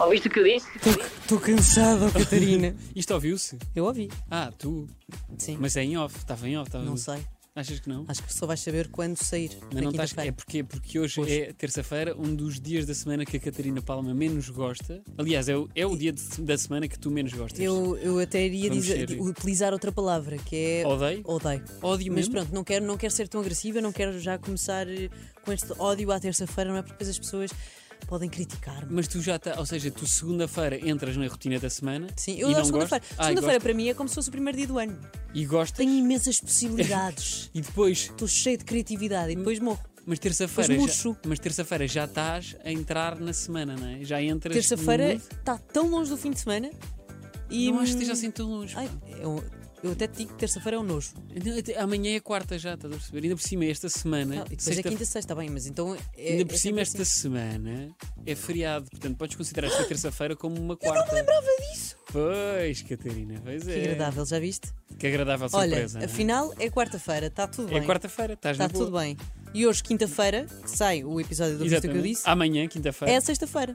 Ouviste o que eu disse? Estou cansada, ó, Catarina. Isto ouviu-se? Eu ouvi, Ah, tu. sim. Mas é em off, estava em off. Estava... Não sei. Ah, Achas que não? Acho que só vais saber quando sair. na Mas não estás. quinta-feira. É porque, porque hoje Hoje. é terça-feira, um dos dias da semana que a Catarina Palma menos gosta. Aliás, é o, é o dia de- da semana que tu menos gostas. Eu, eu até iria Vamos dizer- ser- utilizar outra palavra, que é Odeio? odeio. Ódio Mas mesmo. pronto, não quero, não quero ser tão agressiva, não quero já começar eh, com este ódio à terça-feira, não é? Porque depois as pessoas podem criticar-me. Mas tu já tá, ou seja, tu segunda-feira entras na rotina da semana. Sim, e eu adoro não segunda-feira. gostas? Ai, Segunda-feira para mim é como se fosse o primeiro dia do ano. gosto. E gostas. Tenho imensas possibilidades. E depois, Estou cheio de criatividade e depois morro. mas terça-feira. Mas Já, murcho. mas terça-feira já estás a entrar na semana, não é? Já entras. no Terça-feira mood. está tão longe do fim de semana e. Não acho que esteja assim tão longe. Ai, pá. eu, eu até te digo que terça-feira é um nojo. Não, até- Amanhã é quarta já, estás a perceber? Ainda por cima, esta semana. Ah, e depois é sexta- quinta, sexta, bem, mas então. É, Ainda por é cima, sempre esta assim. semana é feriado, portanto podes considerar esta terça-feira como uma quarta. Eu não me lembrava disso! Pois, Catarina, pois é. Que agradável, já viste? Que agradável Olha, surpresa. não é? afinal é quarta-feira, está tudo É bem. quarta-feira, estás Está na boa. tudo bem. E hoje, quinta-feira, que sai o episódio do visto que eu Exatamente. disse, Amanhã, é quinta-feira. a sexta-feira.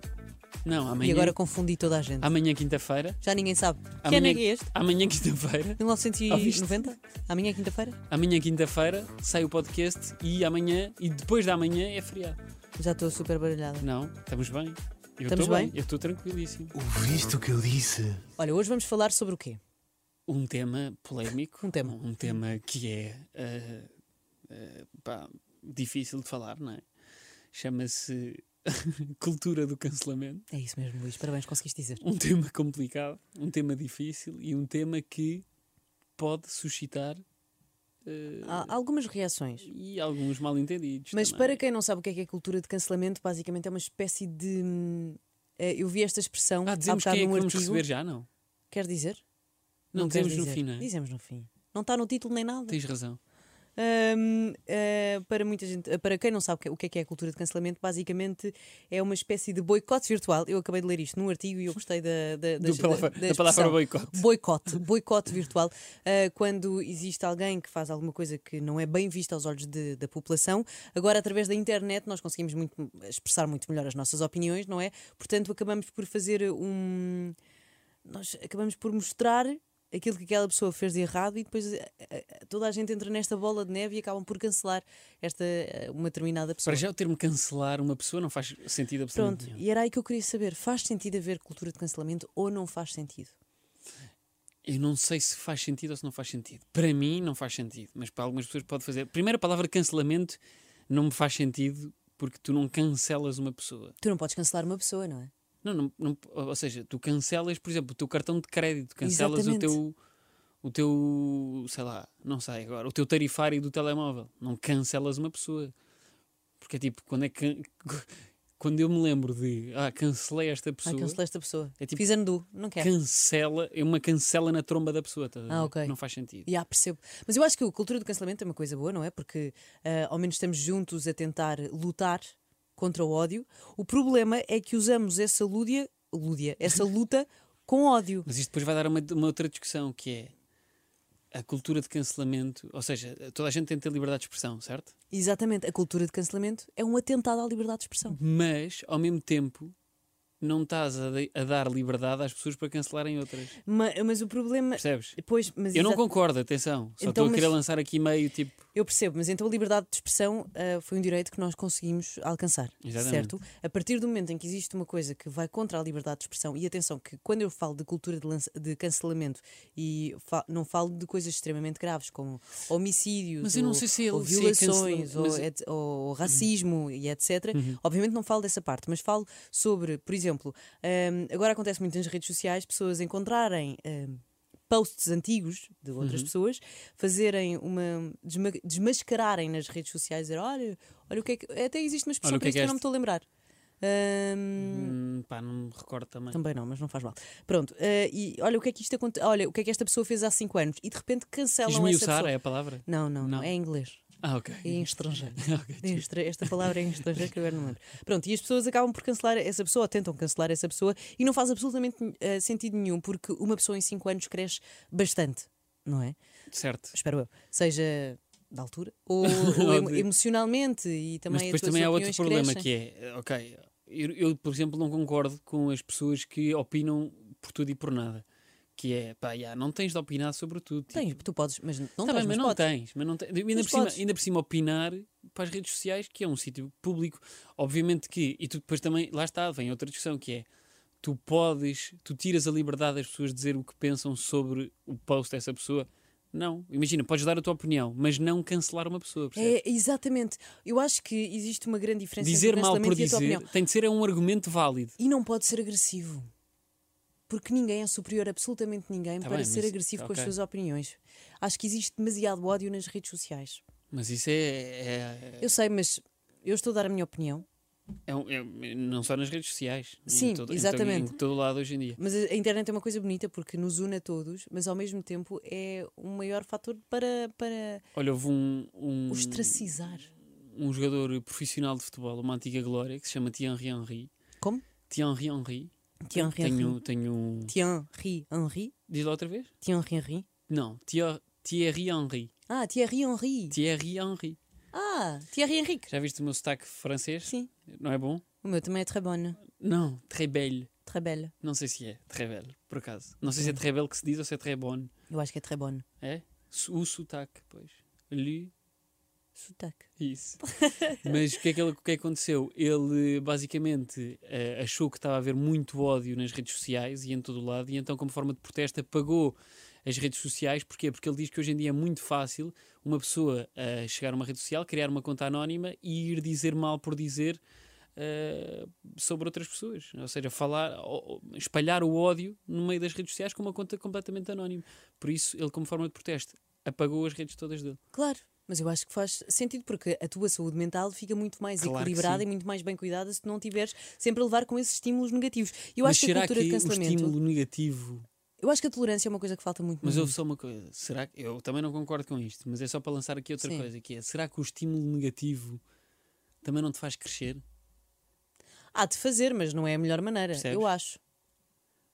Não, amanhã. E agora confundi toda a gente. Amanhã, quinta-feira. Já ninguém sabe. Que ano Amanhã- é que é este? Amanhã, quinta-feira. 1990? Amanhã é quinta-feira? Amanhã, quinta-feira, sai o podcast e amanhã, e depois da manhã, é feriado. Já estou super baralhada. Não, estamos bem. Eu Estamos estou bem. bem? Eu estou tranquilíssimo. Ouviste o que eu disse? Olha, hoje vamos falar sobre o quê? Um tema polémico. Um tema. Um tema que é ah, ah, pá, difícil de falar, não é? Chama-se cultura do cancelamento. É isso mesmo, Luís. Parabéns, conseguiste dizer. Um tema complicado, um tema difícil e um tema que pode suscitar ah, Há algumas reações. e alguns mal-entendidos. Mas também. para quem não sabe o que é que é cultura de cancelamento, basicamente é uma espécie de. hum, eh, Eu vi esta expressão Ah, há dizemos bocado quem é que num vamos artigo. receber já, não? Quer dizer? Não, queres dizemos no dizer. fim, não é? Dizemos no fim. Não está no título nem nada. Tens razão. Hum, eh, para muita gente, eh, para quem não sabe o que- o que é que é a cultura de cancelamento, basicamente é uma espécie de boicote virtual. Eu acabei de ler isto num artigo e eu gostei da, da, da, Do palavra- da palavra expressão. boicote. Boicote, boicote virtual. Eh, quando existe alguém que faz alguma coisa que não é bem vista aos olhos de- da população, agora através da internet nós conseguimos muito- expressar muito melhor as nossas opiniões, não é? Portanto, acabamos por fazer um. Nós acabamos por mostrar aquilo que aquela pessoa fez de errado e depois eh, eh, toda a gente entra nesta bola de neve e acabam por cancelar esta, eh, uma determinada pessoa. Para já o termo cancelar uma pessoa não faz sentido absolutamente Pronto, nenhum. e era aí que eu queria saber: faz sentido haver cultura de cancelamento ou não faz sentido? Eu não sei se faz sentido ou se não faz sentido. Para mim não faz sentido, mas para algumas pessoas pode fazer. Primeiro, a palavra cancelamento não me faz sentido porque tu não cancelas uma pessoa. Tu não podes cancelar uma pessoa, não é? Não, não, não- ou seja, tu cancelas, por exemplo, o teu cartão de crédito, cancelas Exatamente. o teu o teu, sei lá, não sei agora, o teu tarifário do telemóvel. Não cancelas uma pessoa. Porque é tipo, quando é que quando eu me lembro de, ah, cancelei esta pessoa, Ai, cancelei esta pessoa. É tipo- Fiz undo, não quero. cancela, é uma cancela na tromba da pessoa, estás a Ah, ver? ok. Não faz sentido. Já percebo. Mas eu acho que a cultura do cancelamento é uma coisa boa, não é? Porque ah, ao menos estamos juntos a tentar lutar contra o ódio. O problema é que usamos essa lúdia, lúdia, essa luta com ódio. Mas isto depois vai dar uma, uma outra discussão que é a cultura de cancelamento, ou seja, toda a gente tem que ter liberdade de expressão, certo? Exatamente. A cultura de cancelamento é um atentado à liberdade de expressão. Mas, ao mesmo tempo, não estás a, de- a dar liberdade às pessoas para cancelarem outras. Ma- Mas, o problema. Percebes? Pois, mas Eu não exa- concordo, atenção. Só Então, estou a querer mas- lançar aqui meio tipo. Eu percebo, mas então a liberdade de expressão ah, foi um direito que nós conseguimos alcançar, Exatamente. certo? A partir do momento em que existe uma coisa que vai contra a liberdade de expressão, e atenção que quando eu falo de cultura de, lança- de cancelamento e fa- não falo de coisas extremamente graves como homicídios, Mas eu não ou, sei se é- ou se é cancela- violações, ou, mas- Uhum. et- ou racismo e etc. Obviamente não falo dessa parte, mas falo sobre, por exemplo, hum, agora acontece muito nas redes sociais pessoas encontrarem. hum, posts antigos de outras Uhum. pessoas, fazerem uma. desma- desmascararem nas redes sociais, dizer: olha, olha o que é que. Até existe uma expressão Olha o para que é isto que que é eu não me este. estou a lembrar. Hum, Hum, pá, não me recordo também. Também não, mas não faz mal. Pronto, eh, e olha o que é que isto aconte- olha o que é que esta pessoa fez há 5 anos e de repente cancelam essa Esmiuçar pessoa. é a palavra? Não, não, não, Não. é em inglês. Ah, ok. É em estrangeiro. Ok, É em estra- Esta palavra é em estrangeiro que eu agora não me lembro. Pronto, e as pessoas acabam por cancelar essa pessoa ou tentam cancelar essa pessoa e não faz absolutamente eh, sentido nenhum porque uma pessoa em 5 anos cresce bastante, não é? Certo. Espero eu. Seja da altura ou, ou Ou emo- de- emocionalmente e também Mas depois as tuas também há outro opiniões problema crescem. que é, ok, eu, eu, por exemplo, não concordo com as pessoas que opinam por tudo e por nada. Que é, pá, já, não tens de opinar sobre tudo. tipo, Tens, tu podes, mas não Tá tens, bem, mas, mas não podes. tens, mas não tens. Ainda, Mas por cima, podes. ainda por cima, opinar para as redes sociais, que é um sítio público. Obviamente que. E tu depois também. Lá está, vem outra discussão que é. Tu podes. Tu tiras a liberdade das pessoas de dizer o que pensam sobre o post dessa pessoa. Não. Imagina, podes dar a tua opinião, mas não cancelar uma pessoa. percebes? É, exatamente. Eu acho que existe uma grande diferença dizer entre o mal por cancelamento e a tua dizer opinião. tem de ser é um argumento válido. E não pode ser agressivo. Porque ninguém é superior, a absolutamente ninguém, Tá para bem, ser mas- agressivo com as ok. suas opiniões. Acho que existe demasiado ódio nas redes sociais. Mas isso é. é, Eu sei, mas eu estou a dar a minha opinião. é um- é- não só nas redes sociais. em Sim, todo- em todo- exatamente. em todo lado hoje em dia. Mas a a internet é uma coisa bonita porque nos une a todos, mas ao mesmo tempo é um maior fator para, para Olha, houve um. um ostracizar. um jogador profissional de futebol, uma antiga glória, que se chama Thierry Henry. Como? Thierry Henry. Thierry Henry. Tenho, tenho... Thierry Henry. Diz lá outra vez? Thierry Henry. Não, Thier- Thierry Henry. Ah, Thierry Henry. Thierry Henry. Ah, Thierry Henrique. Já viste o meu sotaque francês? Sim, Não é bom? o meu também é très bonne. Não, très belle. Très belle. Não sei se é très belle, por acaso. Não sei se é très belle que se diz ou se é très bonne. Eu acho que é très bonne. É? Su- O sotaque, pois. Lui, Sotaque. isso. Mas o que é que, ele- o que é que aconteceu? Ele basicamente eh, achou que estava a haver muito ódio nas redes sociais e em todo o lado, e então, como forma de protesto, apagou as redes sociais. Porquê? Porque ele diz que hoje em dia é muito fácil uma pessoa eh, chegar a uma rede social, criar uma conta anónima e ir dizer mal por dizer eh, sobre outras pessoas. Ou seja, falar, ou- ou espalhar o ódio no meio das redes sociais com uma conta completamente anónima. Por isso, ele, como forma de protesto, apagou as redes todas dele. Claro, mas eu acho que faz sentido porque a tua saúde mental fica muito mais Claro que equilibrada sim. e muito mais bem cuidada se tu não tiveres sempre a levar com esses estímulos negativos. Eu Mas acho que a será que é cultura de o cancelamento. estímulo negativo Eu acho que a tolerância é uma coisa que falta muito. Mas no houve mundo. só uma coisa. Será que eu também não concordo com isto, mas é só para lançar aqui outra Sim. coisa que é, será que o estímulo negativo também não te faz crescer? Há de fazer, mas não é a melhor maneira, Percebes? eu acho.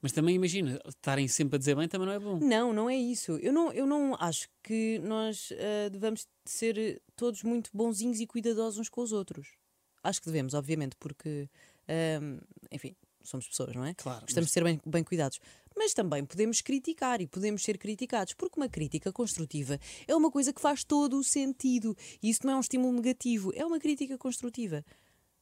Mas também imagina, estarem sempre a dizer bem também não é bom. Não, não é isso. Eu não, eu não acho que nós ah, devamos ser eh, todos muito bonzinhos e cuidadosos uns com os outros. Acho que devemos, obviamente, porque, ahm, enfim, somos pessoas, não é? Claro. Gostamos de ser bem, bem cuidados. Mas também podemos criticar e podemos ser criticados, porque uma crítica construtiva é uma coisa que faz todo o sentido. E isso não é um estímulo negativo, é uma crítica construtiva.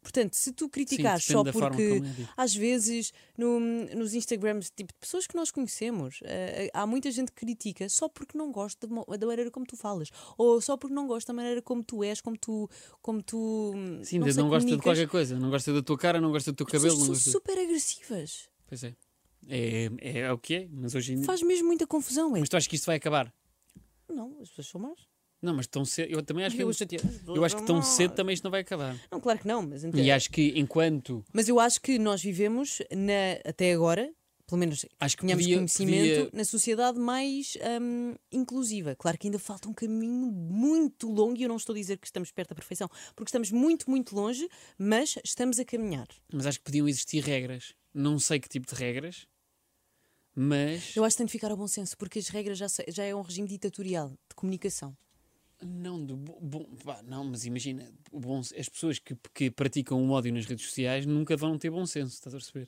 Portanto, se tu criticares depende só da forma porque como é dito. às vezes no- nos Instagrams tipo, de pessoas que nós conhecemos, eh, há muita gente que critica só porque não gosta de mo- da maneira como tu falas, ou só porque não gosta da maneira como tu és, como tu. Como tu hum, mas, sim, não, Deus, sei, não gosta de comunicas. qualquer coisa, não gosta da tua cara, não gosta do teu cabelo, As não pessoas gosta. são super agressivas. Pois é. É, é, é o que é, mas hoje em dia. Faz mesmo muita confusão. É Mas tu achas que isto vai acabar? Não, as pessoas são más. Não, mas tão cedo, eu também acho que é Eu- eu, eu acho que tão cedo também isto não vai acabar. Não, claro que não, mas E entende. acho que enquanto Mas eu acho que nós vivemos, na, até agora, pelo menos acho que tínhamos podia, conhecimento, podia- na sociedade mais hum, inclusiva. Claro que ainda falta um caminho muito longo e eu não estou a dizer que estamos perto da perfeição, porque estamos muito, muito longe, mas estamos a caminhar. Mas acho que podiam existir regras. Não sei que tipo de regras, mas. Eu acho que tem de ficar ao bom senso, porque as regras já, se- já é um regime ditatorial de comunicação. Não, do bo- bom. pá, não, mas imagina, o bom, se- as pessoas que, que praticam o ódio nas redes sociais nunca vão ter bom senso, estás a perceber?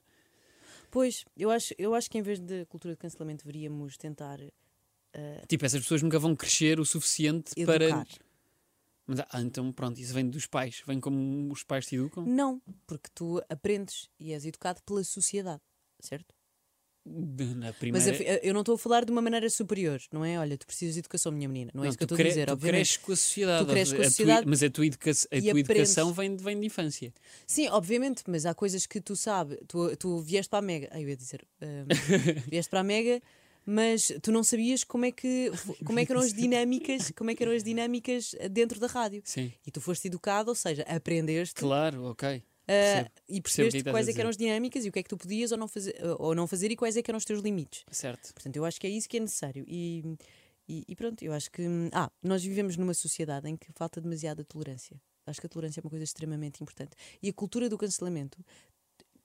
Pois, eu acho, eu acho que em vez de cultura de cancelamento deveríamos tentar Tipo, essas pessoas nunca vão crescer o suficiente É. educar. para. Mas, ah, então pronto, isso vem dos pais, vem como os pais te educam. Não, porque tu aprendes e és educado pela sociedade, certo? De- Na Mas primeira. afi- eu não estou a falar de uma maneira superior, não é? Olha, tu precisas de educação, minha menina. Não é isso que eu tu estou a cre- dizer, tu obviamente. cresces com a sociedade, Tu cresces a com a tua- sociedade mas a tua, educa a e tua educação vem, de- vem de infância. Sim, obviamente, mas há coisas que tu sabes. Tu, tu vieste para a Mega. Ah, eu ia dizer. hum, vieste para a Mega, mas tu não sabias como é que, como é que eram as dinâmicas, como é que eram as dinâmicas dentro da rádio. Sim, E tu foste educado, ou seja, aprendeste claro, ok. ah, e percebo. percebo o que é que percebeste estás a quais é que dizer. eram as dinâmicas e o que é que tu podias ou não, fazer, eh, ou não fazer e quais é que eram os teus limites. Certo. Portanto, eu acho que é isso que é necessário. E, e, e pronto, eu acho que. Ah, nós vivemos numa sociedade em que falta demasiada tolerância. Acho que a tolerância é uma coisa extremamente importante. E a cultura do cancelamento,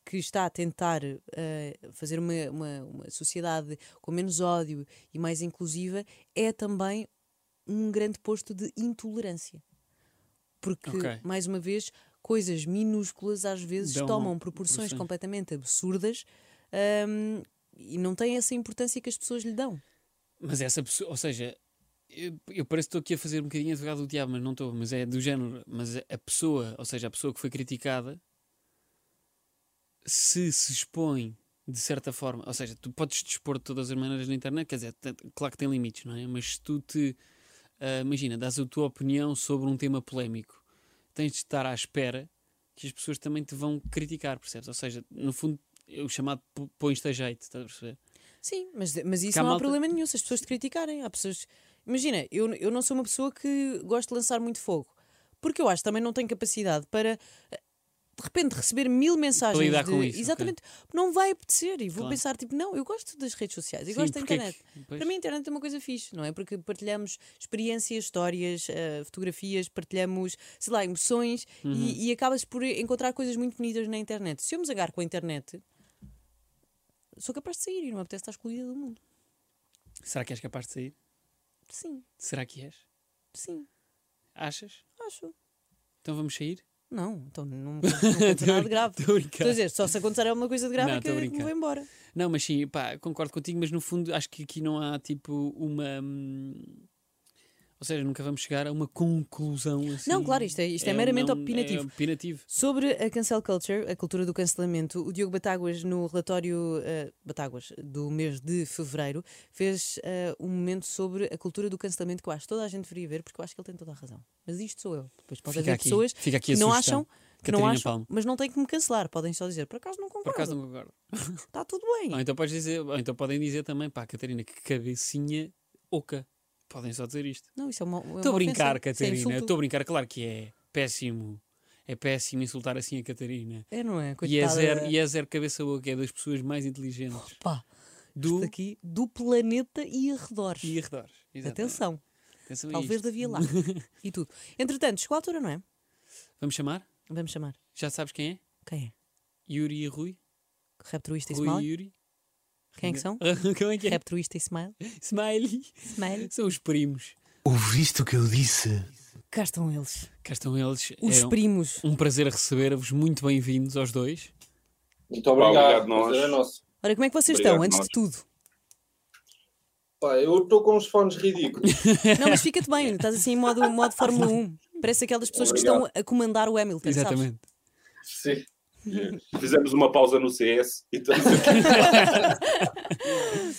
que está a tentar eh, fazer uma, uma, uma sociedade com menos ódio e mais inclusiva, é também um grande posto de intolerância. Porque, Ok. mais uma vez, coisas minúsculas às vezes Dão tomam proporções proporções. completamente absurdas hum, e não têm essa importância que as pessoas lhe dão. Mas essa pessoa, ou seja, eu, eu parece que estou aqui a fazer um bocadinho advogado do diabo, mas não estou, mas é do género. Mas a- a pessoa, ou seja, a pessoa que foi criticada, se se expõe de certa forma, ou seja, tu podes te expor de todas as maneiras na internet, quer dizer, tem- claro que tem limites, não é? Mas se tu te, ah, imagina, dás a tua opinião sobre um tema polémico, tens de estar à espera que as pessoas também te vão criticar, percebes? Ou seja, no fundo, é o chamado pô- pões-te a jeito, estás a perceber? Sim, mas, mas isso há não há malta- problema nenhum se as pessoas te criticarem. Há pessoas. Imagina, eu, eu não sou uma pessoa que gosto de lançar muito fogo. Porque eu acho que também não tenho capacidade para eh, de repente receber mil mensagens. lidar de- com isso, ok. Exatamente. Não vai apetecer. E vou Claro. pensar, tipo, não, eu gosto das redes sociais, eu Sim, gosto da porque é que- internet. pois. Para mim, a internet é uma coisa fixe, não é? Porque partilhamos experiências, histórias, eh, fotografias, partilhamos, sei lá, emoções Uhum. e, e acabas por encontrar coisas muito bonitas na internet. Se eu me zagar com a internet, sou capaz de sair e não me apetece estar excluída do mundo. Será que és capaz de sair? Sim, Será que és? sim, Achas? acho. Então vamos sair? Não, então não, não conta nada de grave. Estou a Estou brincar. a dizer, só se acontecer alguma coisa de grave Não, é que estou a me brincar. vou embora. Não, mas sim, pá, concordo contigo, mas no fundo acho que aqui não há tipo uma. hum, Ou seja, nunca vamos chegar a uma conclusão assim. Não, claro, isto é- isto é ou meramente não- opinativo. É opinativo. Sobre a cancel culture, a cultura do cancelamento, o Diogo Batáguas, no relatório eh, Batáguas do mês de fevereiro, fez eh, um momento sobre a cultura do cancelamento que eu acho que toda a gente deveria ver, porque eu acho que ele tem toda a razão. Mas isto sou eu. Depois pode Fica haver aqui- pessoas fica aqui que a não sugestão. acham, que não Catarina acham, Palma. mas não têm que me cancelar. Podem só dizer, por acaso não Por acaso concordo, não concordo. está tudo bem. Ou então, podes dizer, ou então podem dizer também, pá, Catarina, que cabecinha oca. Podem só dizer isto. Não, isso é uma. é uma Estou a brincar, ofensa. Isso é Catarina. insulto. Estou a brincar, claro que é péssimo. É péssimo insultar assim a Catarina. É, não é? E é, Coitada. zero, e é zero cabeça oca, é das pessoas mais inteligentes Pá, do daqui, do planeta e arredores. e arredores. Exatamente. Atenção, Atenção a talvez isto. da Via Láctea e tudo. Entretanto, chegou a altura, não é? Vamos chamar? Vamos chamar. Já sabes quem é? Quem é? Yuri e Rui? Rapturista e Rui e Smile? Yuri? Quem é que são? Como é que é? Rapturista e Smile? Smiley. Smile? São os primos. Ouviste o que eu disse? Cá estão eles. Cá estão eles. Os é um, primos. um prazer receber-vos. Muito bem-vindos aos dois. Muito obrigado. Obrigado, nós. prazer é nosso. Ora, como é que vocês Obrigado, estão, antes nós. de tudo? Pá, eu estou com uns fones ridículos. Não, mas fica-te bem, estás assim em modo, modo Fórmula 1. Parece aquelas pessoas que Obrigado. estão a comandar o Hamilton, sabes? Exatamente. Sim. Uhum. Fizemos uma pausa no CS e estamos aqui.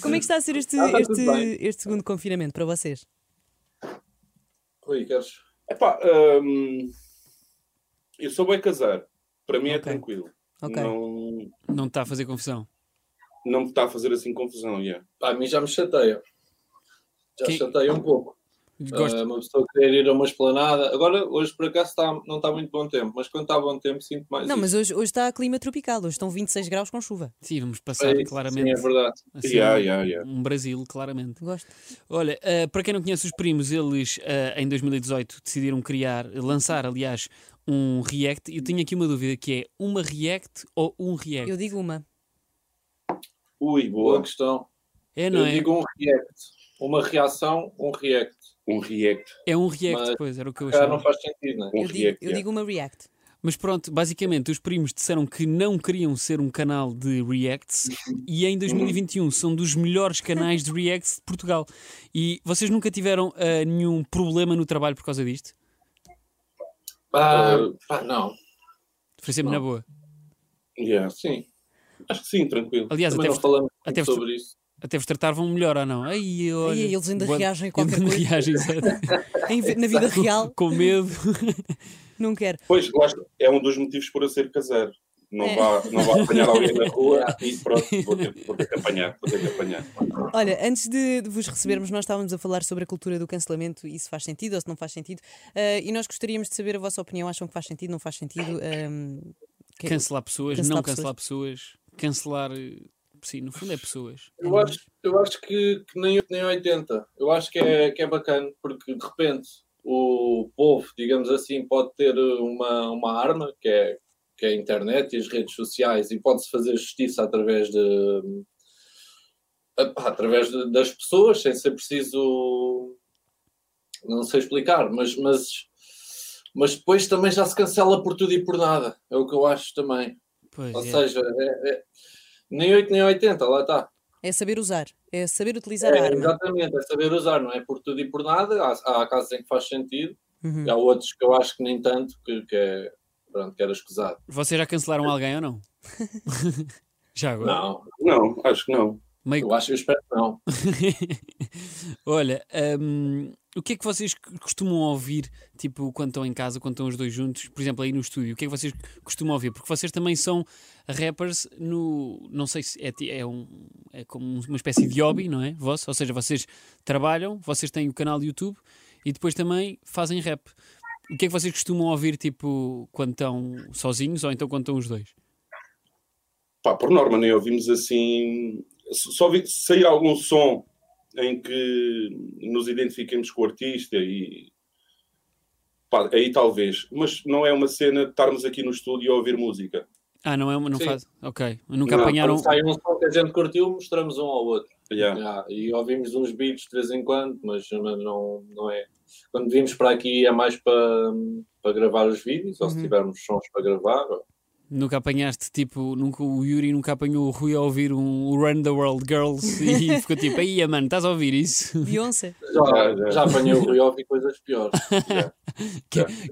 Como é que está a ser este, Ah, está tudo este, bem. este segundo confinamento para vocês? Rui, queres? Epá, hum, eu sou bem caseiro. Para mim é Ok. tranquilo. Ok. Não, Não te está a fazer confusão. não me está a fazer assim confusão. Yeah. Pá, a mim já me chateia. Já Quem- chateia um pouco. Gosto. Ah, uma pessoa querer ir a uma esplanada. Agora, hoje por acaso está- não está muito bom tempo, mas quando está bom tempo sinto mais. Não, isso. mas hoje, hoje está a clima tropical, hoje estão 26 graus com chuva. Sim, vamos passar É isso, claramente. Sim, é verdade. assim, Yeah, yeah, yeah. Um Brasil, claramente. Gosto. Olha, eh, para quem não conhece os primos, eles eh, em 2018 decidiram criar, lançar, aliás, um React. E eu tenho aqui uma dúvida que é uma React ou um React? Eu digo uma. Ui, Boa boa. questão. É, não eu é? digo um react. Uma reação, um react. Um react. É um React, mas- pois, é. era o que eu Já não achava. faz sentido, né? Um eu digo, react. eu yeah. digo uma React. Mas pronto, basicamente, os primos disseram que não queriam ser um canal de Reacts e Uhum. em 2021 são dos melhores canais de Reacts de Portugal. E vocês nunca tiveram eh, nenhum problema no trabalho por causa disto? Ah, pá, não. Foi sempre na boa. Yeah. Sim. Acho que sim, tranquilo. Aliás, Também até não vos, falamos muito até vos- sobre isso. até vos tratavam melhor ou não? Aí, olha, Ai, eles ainda boa- reagem a qualquer ainda coisa. reagem, exato. Em vi- na vida real, com medo. não quero. Pois, eu acho que é um dos motivos por eu ser caseiro. Não, É. vá, não vá apanhar alguém na rua e pronto, vou ter, vou ter que apanhar, vou ter que apanhar. Olha, antes de, de vos recebermos, nós estávamos a falar sobre a cultura do cancelamento e se faz sentido ou se não faz sentido. Ah, e nós gostaríamos de saber a vossa opinião. Acham que faz sentido, não faz sentido? Ahm, que- é Cancelar pessoas, Cancelar não cancelar pessoas. cancelar. eh, Sim, no fundo é pessoas. Eu acho, eu acho que, que nem, nem 80. Eu acho que é, que é bacana, porque de repente o povo, digamos assim, pode ter uma, uma arma, que é, que é a internet e as redes sociais, e pode-se fazer justiça através de. epá, através de- das pessoas, sem ser preciso. Não sei explicar, mas. mas Mas depois também já se cancela por tudo e por nada. É o que eu acho também. Pois Ou é. seja, é- é- nem 8 nem 80, lá está. É saber usar, é saber utilizar a É, arma. exatamente, é saber usar, não é por tudo e por nada. Há, há casos em que faz sentido, Uhum. e há outros que eu acho que nem tanto, que, que é. Pronto, que era escusado. Vocês já cancelaram alguém ou não? já agora. Não, Não, acho que não. Meio eu acho, eu espero que não. Olha, hum, o que é que vocês c- costumam ouvir, tipo, quando estão em casa, quando estão os dois juntos, por exemplo, aí no estúdio, o que é que vocês costumam ouvir? Porque vocês também são rappers no. Não sei se é, ti- é, um, é como uma espécie de hobby, não é? Vosso? Ou seja, vocês trabalham, vocês têm o canal do YouTube e depois também fazem rap. O que é que vocês costumam ouvir, tipo, quando estão sozinhos ou então quando estão os dois? Pá, por norma, nem ouvimos assim. Só vi sair algum som em que nos identifiquemos com o artista e. Pá, aí talvez. Mas não é uma cena de estarmos aqui no estúdio a ouvir música. Ah, não é uma. Não Sim. faz. Ok. Nunca Não, apanharam. Quando sai um som que a gente curtiu, mostramos um ao outro. Yeah. Já, e ouvimos uns beats de vez em quando, mas mas não, não é. Quando vimos para aqui é mais para, para gravar os vídeos, ou se Uhum. tivermos sons para gravar. ou- Nunca apanhaste, tipo, nunca, o Yuri nunca apanhou o Rui a ouvir um Run the World Girls e ficou tipo, aí, mano, estás a ouvir isso? Beyoncé. Já, Já, já. já apanhei o Rui e ouvi coisas piores. Já.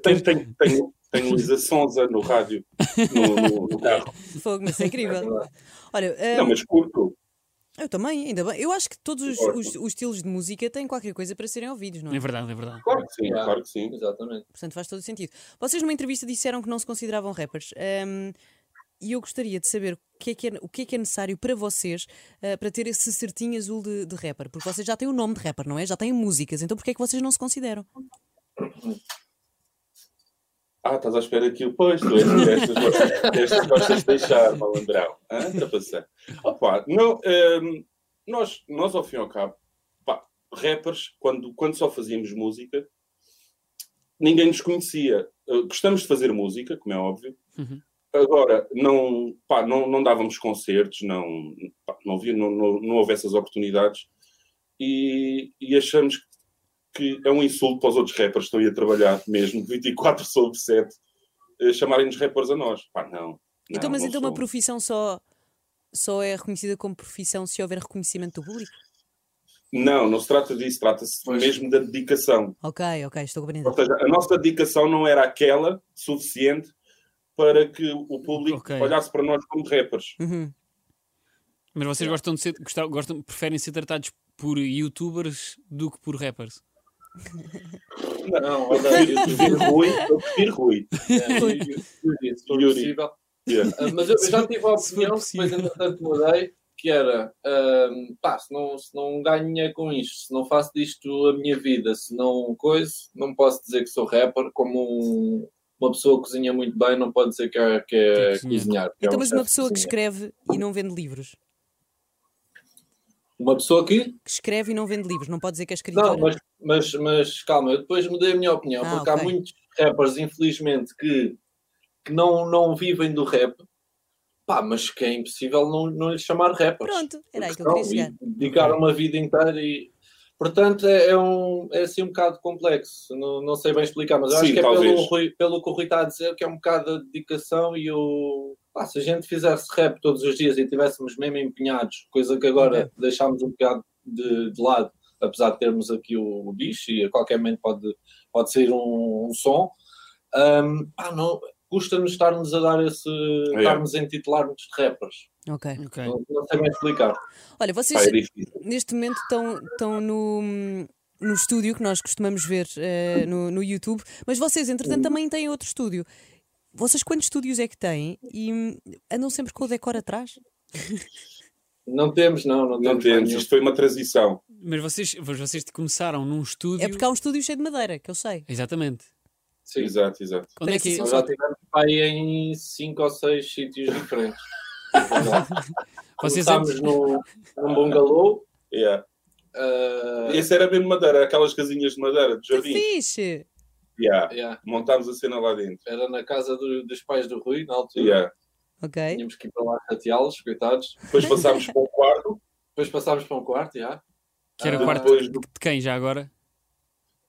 Tenho, tenho, tenho, tenho Luísa Sonza no rádio, no, no- no carro. Fogo, mas é incrível. Olha, Não, hum, mas curto. eu também, ainda bem. Eu acho que todos os, Gosto. os- os estilos de música têm qualquer coisa para serem ouvidos, não é? É verdade, é verdade. Claro que sim, Yeah. claro que sim. Exatamente. Portanto, faz todo o sentido. Vocês numa entrevista disseram que não se consideravam rappers. hum, e eu gostaria de saber o que é que é, o que é, que é necessário para vocês ah, para ter esse certinho azul de, de rapper. Porque vocês já têm o nome de rapper, não é? Já têm músicas. Então porquê é que vocês não se consideram? Ah, estás à espera que eu pois, tu és destas, destas gostas de deixar, malandrão. Ah, ultrapassar. Opa, não, ehm, nós, nós, ao fim e ao cabo, pá, rappers, quando, quando só fazíamos música, ninguém nos conhecia. Eh, Gostamos de fazer música, como é óbvio. Uhum. Agora, não, pá, não, não dávamos concertos, não, pá, não, havia, não, não, não houve essas oportunidades e, e achamos que é um insulto para os outros rappers que estão aí a trabalhar mesmo 24 sobre 7 eh, chamarem-nos rappers a nós. Pá, não. não, então, mas não então uma somos. profissão só, só é reconhecida como profissão se houver reconhecimento do público? Não, não se trata disso, trata-se Pois. mesmo da dedicação. Ok, ok, estou a compreender. Ou seja, a nossa dedicação não era aquela suficiente para que o público Ok. olhasse para nós como rappers. Uhum. Mas vocês gostam de ser, gostam, gostam- preferem ser tratados por youtubers do que por rappers? Não, olha, Eu eu prefiro Rui, eu prefiro Rui. se for Yuri. possível. Yeah. Ah, Mas eu eu já tive a Se for opinião, que depois possível. entretanto mudei, que era ah, pá, se não, se não ganho dinheiro com isto, se não faço disto a minha vida, se não coisa, não posso dizer que sou rapper, como um- uma pessoa que cozinha muito bem, não pode dizer que é, que é Que cozinha. cozinhar. que é Então, um mas chefe uma de pessoa que cozinha. escreve e não vende livros. Uma pessoa que. Que escreve e não vende livros, não pode dizer que é escritora. Não, mas, mas, mas calma, eu depois mudei a minha opinião, Ah, porque há ok. muitos rappers, infelizmente, que, que não, não vivem do rap, pá, mas que é impossível não, não lhes chamar rappers. Pronto, era aí que eu Porque queria são, chegar. e Dedicar uma vida inteira e. Portanto, é, é um, é assim um bocado complexo, não, não sei bem explicar, mas eu acho Sim, que é pelo, talvez. Rui- pelo que o Rui está a dizer, que é um bocado a dedicação e o. Pá, se a gente fizesse rap todos os dias e estivéssemos mesmo empenhados, coisa que agora É. deixámos um bocado de, de lado, apesar de termos aqui o, o bicho e a qualquer momento pode, pode sair um, um som, hum, pá, não, custa-nos estarmos a dar esse. É. estarmos a intitular-nos de rappers. Ok. Ok. Não, não sei bem explicar. Olha, vocês Pá, é difícil. neste momento estão, estão no, no estúdio que nós costumamos ver eh, no, no YouTube, mas vocês, entretanto, também têm outro estúdio. Vocês quantos estúdios é que têm e hum, andam sempre com o decor atrás? Não temos, não, não temos. Não temos, nenhum. isto foi uma transição. Mas vocês, mas vocês começaram num estúdio. É porque há um estúdio cheio de madeira, que eu sei. Exatamente. Sim. Exato, exato. Onde é Parece que... assim Nós já tivemos para aí em 5 ou 6 sítios diferentes. vocês é Começámos no, num bungalow. Yeah. ah, Esse era mesmo madeira, aquelas casinhas de madeira, de Que jardim. fixe! Yeah. yeah, Montámos a cena lá dentro. era na casa do- dos pais do Rui, na altura. Yeah. Ok. Tínhamos que ir para lá chateá-los, coitados. Depois passámos para o quarto, Depois passámos para um quarto, já. Que era o Ah, quarto depois do de quem já agora?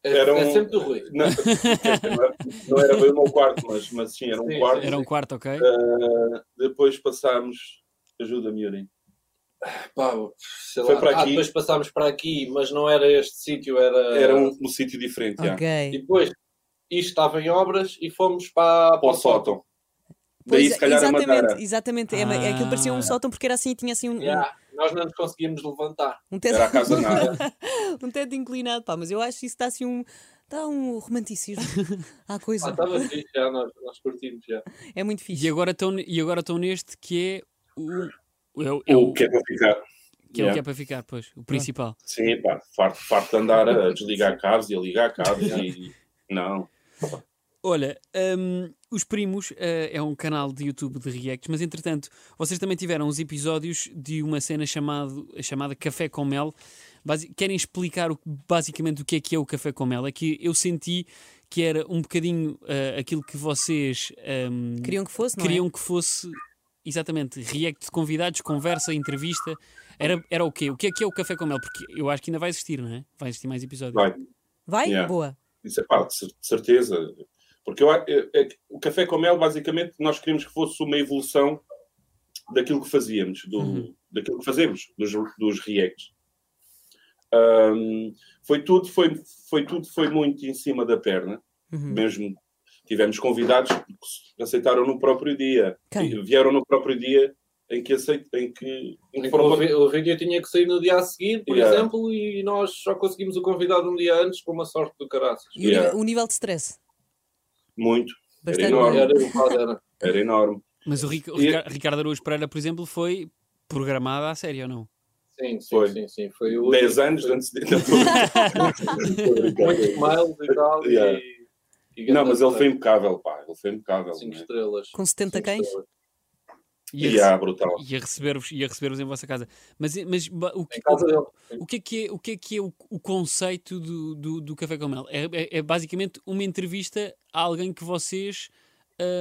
É, Era é um- sempre do Rui. Não, não era bem o meu quarto, mas, mas sim, era um Sim, quarto. sim. Era um quarto, ok? Ah, depois passámos. Ajuda-me, Yuri. Pá, sei Foi lá. para Ah, aqui. depois passámos para aqui, mas não era este sítio, era. Era um, um sítio diferente. E já. Ok. depois isto estava em obras e fomos para, Para o sótão. Daí, Pois, se calhar, a Madeira. exatamente, exatamente. É, ma- é aquilo parecia um Ah. sótão porque era assim, tinha assim um, Yeah, nós não nos conseguíamos levantar. um teto. Era a casa de nada. um teto inclinado, pá, mas eu acho que isso está assim um. Dá um romanticismo à Ah, coisa. tá estava fixe, já, nós, nós curtimos já. É muito fixe. E agora estão e agora estão neste que é o é, o- é O o que é para que ficar? é o que Yeah. é para ficar, pois, o principal. Sim, pá, farto, farto de andar a desligar cabos e a ligar cabos e. Não. Olha, hum, os primos eh, é um canal de YouTube de reacts, mas entretanto, vocês também tiveram uns episódios de uma cena chamado, chamada Café com Mel. Basi- Querem explicar o- basicamente o que é que é o Café com Mel? É que eu senti que era um bocadinho eh, aquilo que vocês hum, Queriam que fosse, não é? queriam um que fosse exatamente react de convidados, conversa, entrevista. Era, era o quê? O que é que é o Café com Mel? Porque eu acho que ainda vai existir, não é? Vai existir mais episódios. Vai. Vai? Yeah. Boa. Isso é pá, de cer- de certeza. Porque eu, a- é- é que o café com mel, basicamente, nós queríamos que fosse uma evolução daquilo que fazíamos, do, Uhum. daquilo que fazemos, dos, dos reacts. Ahm, foi tudo, foi, foi tudo, foi muito em cima da perna. Uhum. Mesmo tivemos convidados que aceitaram no próprio dia. Quem? E Vieram no próprio dia em que, aceit, em que, em que foram O, vi- o vídeo tinha que sair no dia a seguir, por Yeah. exemplo, e nós só conseguimos o convidado um dia antes, com uma sorte do caraças. E o, Yeah. nível, o nível de stress? muito. Era Bastante. enorme. Era o qual era. Era enorme. Mas o, Ric- o E- Rica- Ricardo Araújo Pereira, por exemplo, foi programada à série ou não? Sim, sim, Foi. sim, sim. Foi o 10 anos de antecedência. Estou a brincar. Muitos miles e tal. e- Yeah. E, Não, grande mas ele foi atleta. impecável, pá. Ele foi impecável. Cinco né? estrelas. Com 70 Cinco cães? estrelas. E E a, yeah, brutal. rece- e a receber-vos ia receber-vos em vossa casa. Mas, mas ba- o, que, Em casa dele. o que é que é o, que é que é o, o conceito do, do, do Café com Mel? É, é- é basicamente uma entrevista a alguém que vocês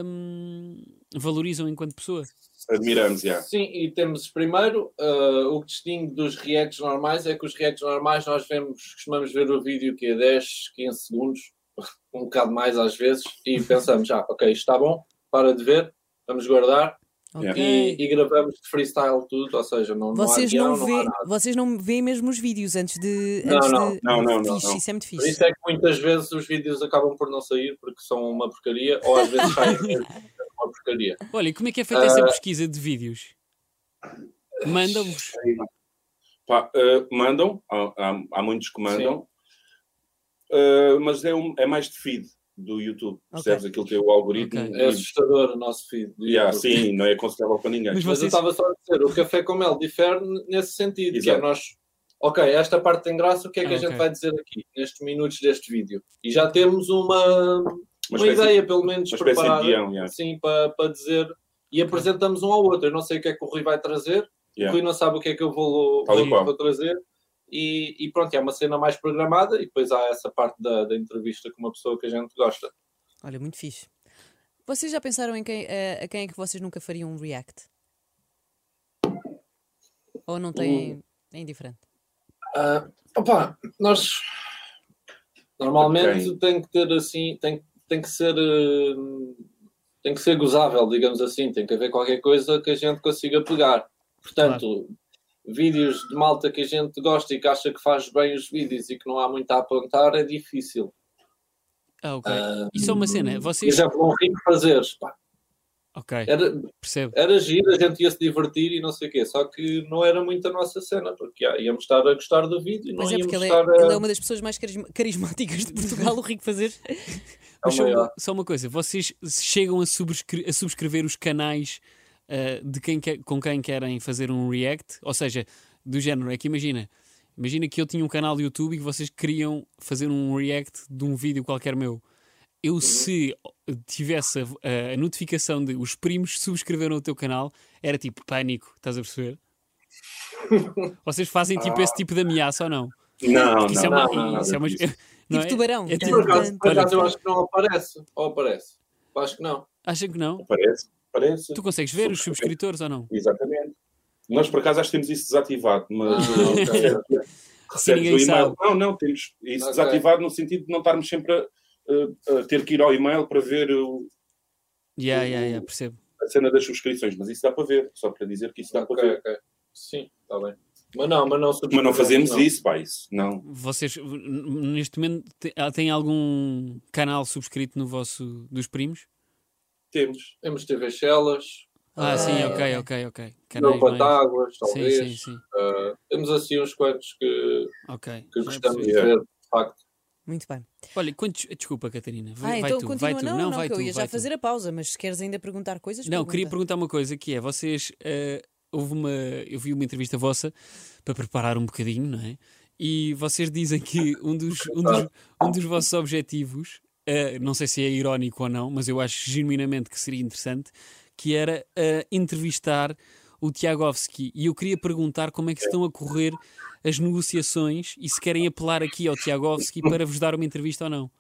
hum, valorizam enquanto pessoa. Admiramos, já. Sim, e temos primeiro ah, o que distingue dos reacts normais é que os reacts normais nós vemos, costumamos ver o vídeo que é 10, 15 segundos, um bocado mais às vezes, Uhum. e pensamos, ah, ok, isto está bom, para de ver, vamos guardar Ok. e, e gravamos de freestyle tudo, ou seja, não, não há Vocês não, guião, não há vê, nada. vocês não veem mesmo os vídeos antes de. Não, antes não, de... não, não, não, Fixe, não. Isso é muito Por fixe. isso é que muitas vezes os vídeos acabam por não sair porque são uma porcaria, ou às vezes saem mesmo uma porcaria. Olha, e como é que é feita essa pesquisa de vídeos? Mandam-vos. Pá, eh, mandam, há, há- há muitos que mandam, Eh, mas é, um- é mais de feed do YouTube. Percebes aquilo que é o algoritmo? Ok. e- É assustador o nosso feed. de Yeah, YouTube. sim, não é aconselhável para ninguém. Mas Mas eu vocês- estava só a dizer, o café com mel difere n- nesse sentido, que Exato. é nós, ok, esta parte tem graça, o que é que Ah, a gente ok. vai dizer aqui, nestes minutos deste vídeo? E já temos uma, Uma uma espécie- ideia, pelo menos, Uma espécie de preparada, guião, yeah, assim, para, para dizer, e apresentamos um ao outro, eu não sei o que é que o Rui vai trazer, o yeah. Rui não sabe o que é que eu vou, Tal e vou, qual. vou trazer, e, e pronto, é uma cena mais programada, e depois há essa parte da, da entrevista com uma pessoa que a gente gosta. Olha, muito fixe. Vocês já pensaram em quem, a, a quem é que vocês nunca fariam um react? Ou não têm. Hum. É indiferente. Ah, opa, nós normalmente Ok. tem que ter assim, tem, tem que ser eh, tem que ser gozável, digamos assim, tem que haver qualquer coisa que a gente consiga pegar. Portanto, vídeos de malta que a gente gosta e que acha que faz bem os vídeos e que não há muito a apontar é difícil. Ah, ok. E é só uma cena, Por vocês. exemplo, um rico fazer, pá, Ok, era, percebo. era giro, a gente ia se divertir e não sei o quê, só que não era muito a nossa cena, porque ah, íamos estar a gostar do vídeo, não Pois é, íamos porque ele é, estar a. ele é uma das pessoas mais carisma- carismáticas de Portugal, o Rico Fazer. a Mas só, maior. uma, só uma coisa, vocês chegam a, subscre- a subscrever os canais ah, de quem quer- com quem querem fazer um react? Ou seja, do género, é que imagina, imagina que eu tinha um canal do YouTube e que vocês queriam fazer um react de um vídeo qualquer meu. Uhum. Eu, se tivesse a, a notificação de os primos subscreveram o teu canal, era tipo pânico, estás a perceber? Vocês fazem tipo esse tipo de ameaça ou não? Ah. Não, Porque isso é não, uma. não, não, isso é uma- nada disso. não Tipo é? tubarão. É Tipo Por acaso, tubarão. por Olha, acaso eu acho que não aparece. Ou aparece? Eu Acho que não. Acham que não? Parece, parece. Tu consegues ver os Subscrever. subscritores ou não? Exatamente. Nós, por acaso, acho que temos isso desativado, mas. Ah, ok. recebes ninguém o e-mail. sabe. Não, não, temos isso Ok. desativado no sentido de não estarmos sempre a, a- a ter que ir ao e-mail para ver o- Yeah, yeah, yeah, percebo. a cena das subscrições, mas isso dá para ver, só para dizer que isso dá para Ok, ver. ok. Sim, está bem. Mas não, mas não Mas não fazemos não. isso, pá, isso não. Vocês, n- n- neste momento, te- ah, têm algum canal subscrito no vosso, dos primos? Temos. Temos TV Shellas, Ah, Ah, sim, ok, é, ok. ok, ok. não Canais mais... Patáguas, Sim, talvez. sim, sim. Ah, temos assim uns quantos que, Ok. que já gostamos de percebi. ver, de facto. Muito bem. Olha, quantos... Desculpa, Catarina. Vai, ah, vai então tu, continua. vai tu. Não, Não, não, vai que eu tu, ia já vai tu. fazer a pausa, mas se queres ainda perguntar coisas. Não, queria pergunta. perguntar uma coisa que é, vocês eh, houve uma, eu vi uma entrevista vossa para preparar um bocadinho, não é? E vocês dizem que um dos, um dos, um dos vossos objetivos, eh, não sei se é irónico ou não, mas eu acho genuinamente que seria interessante, que era eh, entrevistar o Tiagovski. E eu queria perguntar como é que estão a correr as negociações e se querem apelar aqui ao Tiagovski para vos dar uma entrevista ou não.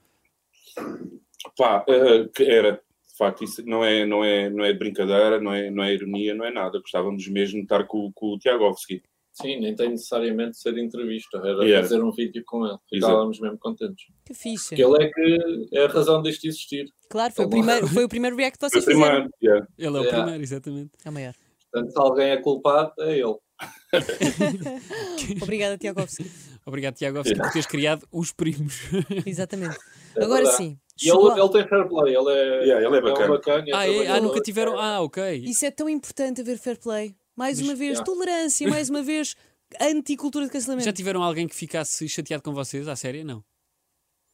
Pá, eh, que era, de facto, isso não é, não é, não é brincadeira, não é, não é ironia, não é nada. Gostávamos mesmo de estar com, com o Tiagovski. Sim, nem tem necessariamente de ser entrevista, era Yeah. fazer um vídeo com ele. Exato. Ficávamos mesmo contentes. Que fixe. Porque ele é que é a razão disto existir. Claro, foi o, Tá bom. primeiro, foi o primeiro react que Foi vocês o fizeram. primeiro, yeah. Ele é o Yeah. primeiro, exatamente. É o maior. Portanto, se alguém é culpado, é ele. Obrigada, Tiagovski. Obrigado, Tiagovski, por teres criado os primos. Exatamente. É Agora verdade. sim. E ele, chegou a- ele tem fair play, ele é, Yeah, ele é um bacana. bacana e é Ah, é? ah, trabalhador. nunca tiveram. Ah, ok. Isso é tão importante haver fair play. Mais uma vez, já. tolerância, mais uma vez, anticultura de cancelamento. Já tiveram alguém que ficasse chateado com vocês? À série? Não.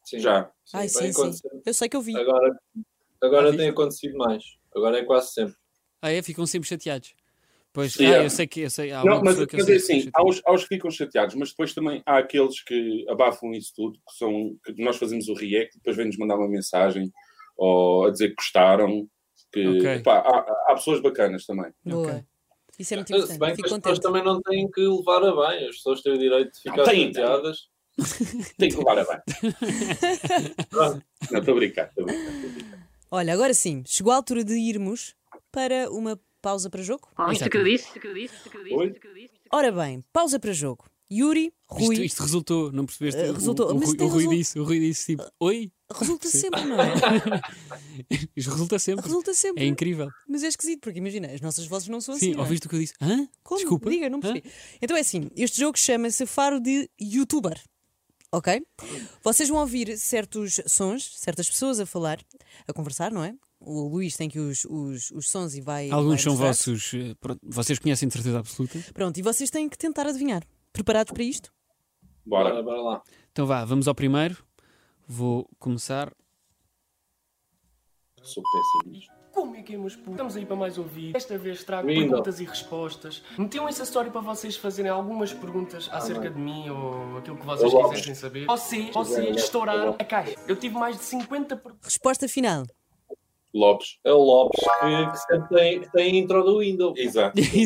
Sim, Já. sim, Ai, vai sim, sim. acontecer. Eu sei que eu vi. Agora, Ah, agora viste? tem acontecido mais. Agora é quase sempre. Ah, é? Ficam sempre chateados. Pois, Yeah. ah, eu sei que. Eu sei, há uma Não, mas, pessoa que eu mas sei é que assim, fica há chateada. os, há os que ficam chateados, mas depois também há aqueles que abafam isso tudo, que são que nós fazemos o react, depois vêm-nos mandar uma mensagem ou a dizer que gostaram. Que, Ok. pá, há, há pessoas bacanas também. Boa. Ok. Isso é muito Se bem importante. que as Fico pessoas contente. também não têm que levar a bem. As pessoas têm o direito de ficar têm, chateadas. Tem que levar a bem. Não, estou a brincar, estou a brincar. Olha, agora sim, chegou a altura de irmos para uma pausa para jogo. Oh, isto que eu disse, isto que eu disse, isto que eu disse, Oi? isto que eu disse. Ora bem, pausa para jogo. Yuri, Rui, Isto, isto resultou, não percebeste? um Eh, O- o- resultou, O, mas Rui, tem o Rui result- disse, o Rui disse tipo, oi? resulta sim. sempre, não é? Isto resulta sempre. Resulta É sempre. incrível. Mas é esquisito, porque imagina, as nossas vozes não são assim. Sim, não é? ouviste o que eu disse? Hã? Como? Desculpa. Diga, não percebi. Então é assim: este jogo chama-se Faro de Youtuber. Ok? Vocês vão ouvir certos sons, certas pessoas a falar, a conversar, não é? O Luís tem que os, os, os sons e vai. vai Alguns são mostrar. vossos. eh, pronto, vocês conhecem de certeza absoluta. Pronto, e vocês têm que tentar adivinhar. Preparados para isto? Bora. Bora, bora lá. Então vá, vamos ao primeiro. Vou começar. Sou péssimo. nisto. Como é que é, meus putos? Estamos aí para mais um vídeo. Desta vez trago Lindo. perguntas e respostas. Meti um acessório para vocês fazerem algumas perguntas Ah, acerca de mim ou aquilo que vocês Olá. quisessem saber. Vocês, vocês Olá. estouraram a caixa. Eu tive mais de 50 perguntas. Resposta final. Lopes. É o Lopes que, que sempre tem, que tem a intro do Windows. Exato. É o, é,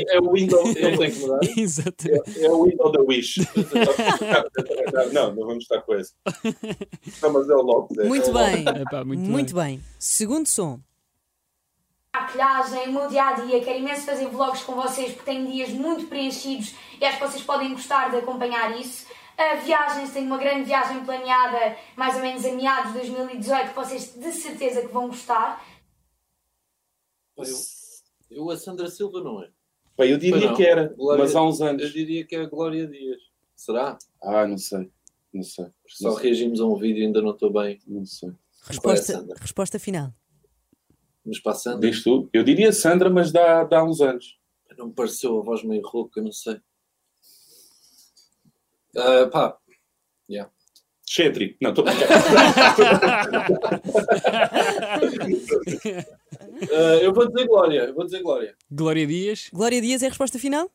Exatamente. é o Windows, ele tem que mudar. Exatamente. É o Windows da Wish. Não, não vamos estar com esse. Não, mas é o Lopes. é. Muito bem. Epá, muito, Muito, bem. Segundo som. maquilhagem, o meu dia a dia. Quero imenso fazer vlogs com vocês porque tenho dias muito preenchidos e acho que vocês podem gostar de acompanhar isso. A viagens, tenho uma grande viagem planeada mais ou menos a meados de 2018 que vocês de certeza que vão gostar. Eu, eu a Sandra Silva não é. Pá, eu diria Pois não. que era, Glória- mas há uns Eu anos. diria que é a Glória Dias. Será? Ah, não sei. Não sei. Só Não sei. reagimos a um vídeo e ainda não estou bem. Não sei. Qual é a Resposta, Sandra? resposta final. Mas para a Sandra, Diz tu? Eu diria Sandra, mas dá, dá uns anos. não me pareceu a voz meio rouca, não sei. Ah, pá, Chétrico. Não, estou a brincar. ah, eu vou dizer Glória, eu vou dizer Glória. Glória Dias. Glória Dias é a resposta final?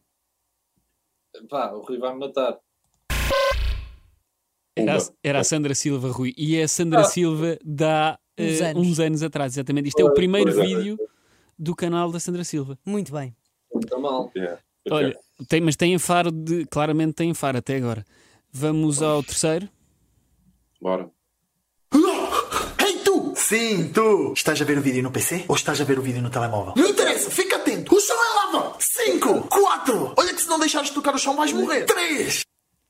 Pá, o Rui vai me matar. Era, a- Pumba. era a Sandra Silva Rui. E é a Ah. Sandra Silva de há Uns eh, anos. uns anos atrás, exatamente. Isto é o Pois, primeiro pois é. vídeo do canal da Sandra Silva. Muito bem. Está mal. Yeah. Olha, tem, mas tem faro de. Claramente tem faro até agora. Vamos ao terceiro. Bora. Ei, tu! Sim, tu! Estás a ver o vídeo no PC? Ou estás a ver o vídeo no telemóvel? Não interessa, fica atento! O chão é lava! 5, 4, olha que se não deixares de tocar o chão vais morrer! 3,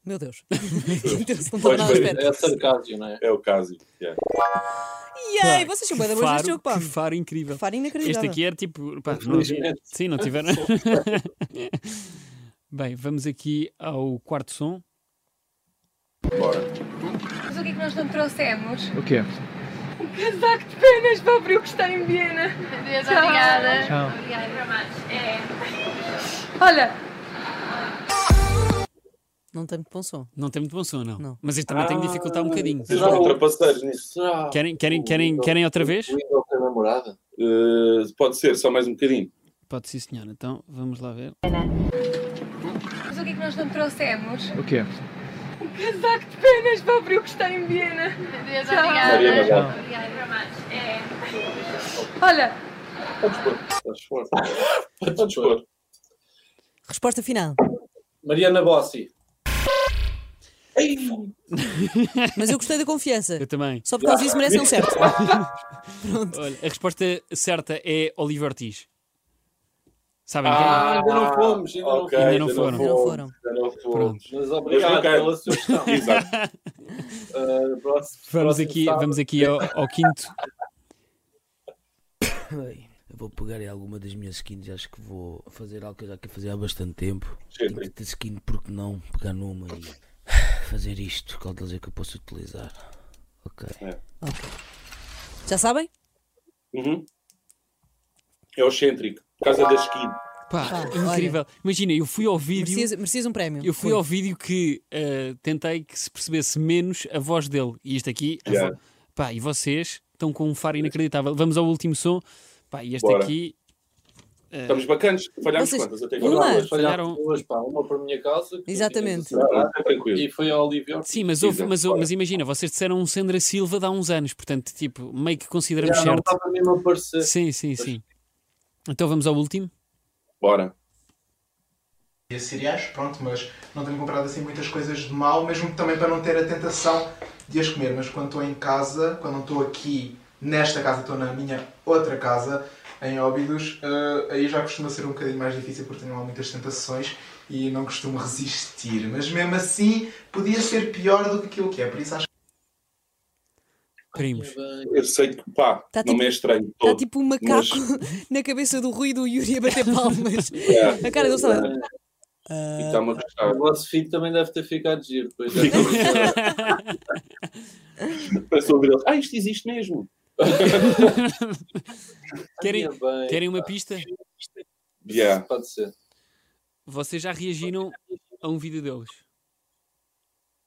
Meu Deus. então, se não estava Pois nada à foi, espera. É sarcasmo, não é? É o caso. yeah. É. E aí, vocês são bem da boas neste jogo, pá. Que faro incrível. Que faro inacreditável. Este aqui era tipo. pá, não- Infelizmente. sim, não tiveram. Bem, vamos aqui ao quarto som. Bora. Mas o que é que nós não trouxemos? O quê? Um casaco de penas para o frio que está em Viena. Adeus, Tchau. obrigada. Tchau. Obrigada para mais. É. Olha, Não tem muito bom um som. Não tem muito bom som, não. Não. Mas este também Ah, tem que dificultar um bocadinho. Vocês vão ultrapasseiros nisso. Será? Querem, querem, querem, querem outra vez? O Windows tem namorada? Uh, pode ser, só mais um bocadinho. Pode sim, senhora. Então vamos lá ver. mas o que é que nós não trouxemos? O quê? Um casaco de penas para o frio que está em Viena. Adeus, Tchau. Maria obrigada. Magal. Obrigada para mais. É. Olha, Podes pôr. Estás forte. Podes pôr. Resposta final. Mariana Bossi. Mas eu gostei da confiança. Eu também. Só por causa disso merecem um certo. Olha, a resposta certa é Oliver Ortiz. Sabem Ah, ainda não fomos, ainda não fomos. ok, Ainda não foram. Ainda não foram. Ainda não fomos. Mas obrigado Mas não pela sugestão. Pronto. Exato. quem? Uh, próximo- Vamos próximo aqui, sábado. vamos aqui ao, ao quinto. Bem, eu vou pegar em alguma das minhas skins, acho que vou fazer algo que eu já quero fazer há bastante tempo. Sim, Tenho que ter skin, porque não pegar numa e fazer isto, qual delas é que eu posso utilizar? Ok. Já sabem? Uhum. É o Centric, por causa da skin. Pá, Pá, é incrível. Imagina, eu fui ao vídeo. Merecias, merecias um prémio. Eu fui ao vídeo que eh, tentei que se percebesse menos a voz dele. E isto aqui. a Yeah. vo- Pá, e vocês estão com um faro inacreditável. Vamos ao último som. Pá, e este Bora. aqui. Estamos bacanas, falhámos Vocês- quantas até Uma. Falharam agora? Falharam- duas, pá. Uma por minha causa. que Exatamente. eu tive Ah, de está aceitar, tranquilo. E foi ao Olivia. Sim, mas, houve, Exato, mas, houve- bora. mas imagina, vocês disseram um Sandra Silva de há uns anos. Portanto, tipo, meio que consideramos Já não certo. estava mesmo a aparecer. Sim, sim, sim. Então vamos ao último. Bora. cereais, pronto, mas não tenho comprado assim muitas coisas de mal, mesmo também para não ter a tentação de as comer. Mas quando estou em casa, quando não estou aqui nesta casa, estou na minha outra casa, em Óbidos, eh, aí já costuma ser um bocadinho mais difícil porque tenho lá muitas tentações e não costumo resistir. Mas mesmo assim, podia ser pior do que aquilo que é, por isso acho Primos. Eu sei que, pá, Tá não tipo- me é estranho Está todo. tipo um macaco na cabeça do Rui e do Yuri a bater palmas. É. A cara dele está lá. E Ah, está-me a O gostar. vosso filho também deve ter ficado giro. Pois é. Parece ouvir ele. Ah, isto existe mesmo. Querem, Ia bem, querem uma pá. pista? Yeah. Pode ser. Vocês já reagiram a um vídeo deles.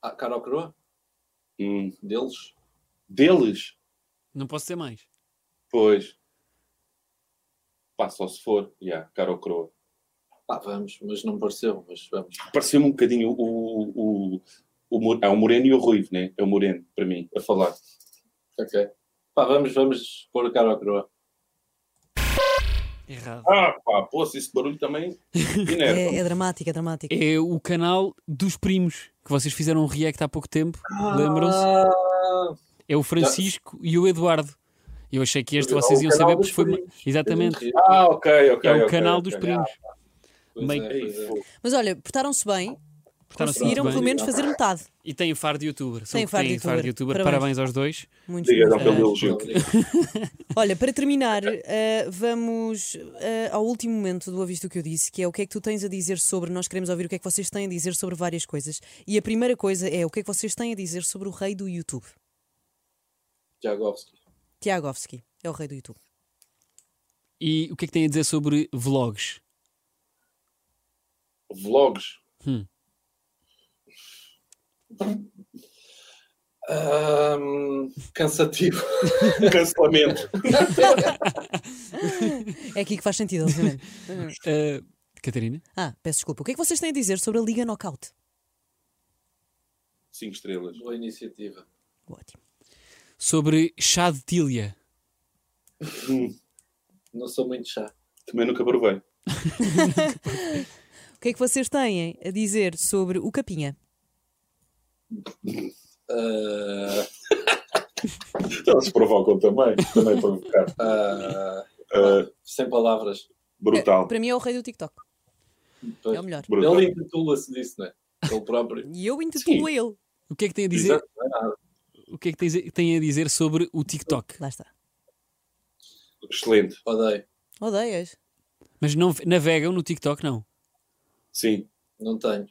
Ah, cara ou coroa? Hum. Deles? Deles? Não posso dizer mais. Pois. Pá, só se for. Yeah, cara ou croa. Pá, vamos, mas não pareceu, mas vamos. Pareceu-me um bocadinho o. o, o, o Mo- ah, o Moreno e o Ruivo, né? É o Moreno, para mim, a falar. Ok. Pá, vamos, vamos pôr a cara ou coroa. Errado. Ah, pá, poça, esse barulho também. Inerva. É, é dramático, é dramático. É o canal dos primos, que vocês fizeram um react há pouco tempo. Lembram-se? Ah, É o Francisco e o Eduardo. Eu achei que este É o vocês iam canal saber, dos porque foi. primos. Exatamente. Ah, ok, ok. É o ok, canal ok. dos primos. pois meio- é, Ei, pois é. fogo. Mas olha, portaram-se bem, Portaram-se conseguiram muito pelo bem. menos fazer metade. E têm faro de youtuber. São Têm têm faro faro, de têm faro de youtuber. youtuber. Parabéns. aos dois. Muito É. Obrigado bem. pelo Ah, elogio. Olha, para terminar, eh, vamos eh, ao último momento do aviso que eu disse, que é o que é que tu tens a dizer sobre. Nós queremos ouvir o que é que vocês têm a dizer sobre várias coisas. E a primeira coisa é o que é que vocês têm a dizer sobre o rei do YouTube. Jagovski. Tiagovski é o rei do YouTube. E o que é que têm a dizer sobre vlogs? Vlogs. Ahm, cansativo. Cancelamento. É aqui que faz sentido, obviamente. Ah, Catarina? ah, peço desculpa. O que é que vocês têm a dizer sobre a Liga Knockout? Cinco estrelas. Boa iniciativa. Ótimo. Sobre chá de tilha. Não sou muito chá. Também nunca provei. O que é que vocês têm a dizer sobre o Capinha? Ah, Eles provocam também. Também provocar. ah, Ah, sem palavras. brutal. Para mim é o rei do TikTok. É o melhor. brutal. Ele intitula-se disso, não é? ele próprio. E eu intitulo a ele. O que é que tem a dizer? Exato, não é nada. O que é que tens- tem a dizer sobre o TikTok? Lá está. Excelente. Odeio. Odeias? Mas não navegam no TikTok, não. Sim. Não tenho.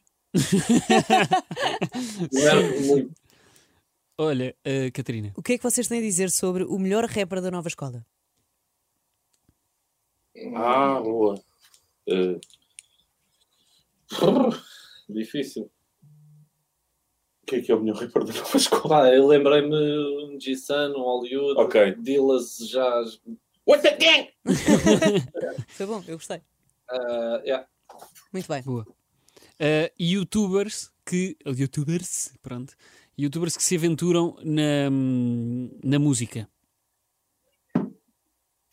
Olha, eh, Catarina, O que é que vocês têm a dizer sobre o melhor rapper da nova escola? Ah, boa. Eh, Difícil. o que é que é o melhor rapper da nova escola? Pá, eu lembrei-me de G-Sun, um Hollywood, Ok. Dillas já. What the gang? Foi bom, eu gostei. Ah, yeah. Muito bem. boa. Eh, youtubers que. oh, Youtubers, pronto. Youtubers que se aventuram na, hum, na música.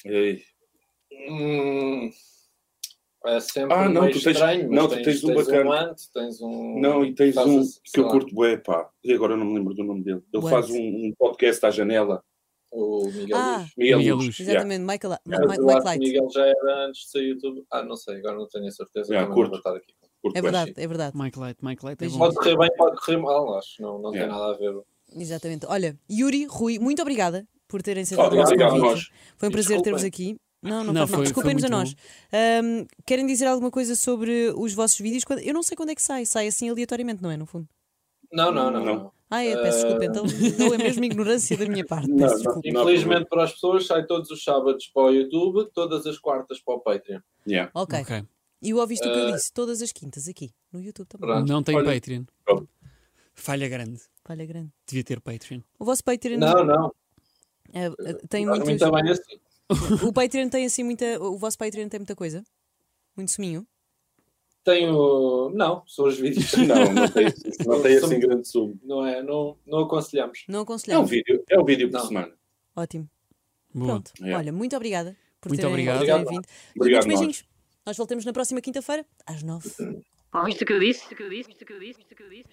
Ei. Hum, é sempre Ah, não, meio tu tens- estranho, mas não, tu tens um bacana. antes, tens um. Não, e tens fazes, um que sei eu lá, curto bué, pá. E agora eu não me lembro do nome dele. Ele What? faz um, um podcast à janela. O Miguel Ah, Luz. Miguel, Miguel Luz. Luz. Yeah. Exatamente, Michael, Ma- Mas Ma- eu Mike acho que o Light. Miguel já era antes de sair YouTube. Ah, não sei, agora não tenho a certeza. também Yeah, não curto. vou estar aqui. Curto É bué. verdade, é verdade. Mike Light, Mike Light é bom. Pode correr bem, pode correr mal, acho. Não, não Yeah. tem nada a ver. Exatamente. Olha, Yuri, Rui, muito obrigada por terem sido Obrigado, obrigado, nós. Foi um E prazer desculpem. ter-vos aqui. Não, não, Não, não, não. foi- desculpem-nos a foi nós. muito Ahm, querem dizer alguma coisa sobre os vossos vídeos? Quando- Eu não sei quando é que sai, sai assim aleatoriamente, não é? No fundo. Não, não, não. Não. não. Ah, é, peço desculpa, então Ah. não é mesmo ignorância da minha parte. Não, Peço não. desculpa. Infelizmente para as pessoas, sai todos os sábados para o YouTube, todas as quartas para o Patreon. Yeah. Ok. Ok. E o ouviste o que eu disse todas as quintas aqui, no YouTube também. Ah. Pronto. Não tem Ah, Olha- Patreon. Pronto. Falha grande. Palha grande. Devia ter Patreon. O vosso Patreon Não, não. eh, eh, tem Faz muitos. muito bem assim. O Patreon tem assim muita. O vosso Patreon tem muita coisa? Muito suminho? Tenho. Não, são os vídeos. Não, não tem, não tem assim grande sumo. Não é? Não, não aconselhamos. Não É um aconselhamos. vídeo, é um vídeo por Não. semana. Ótimo. Boa. Pronto. Yeah. Olha, muito obrigada por Muito terem, obrigado. por terem vindo. Obrigado, Muitos nós. beijinhos. Nós voltamos na próxima quinta-feira, às nove. Isto que eu disse, isto que eu disse, isto que eu disse, isto que eu disse.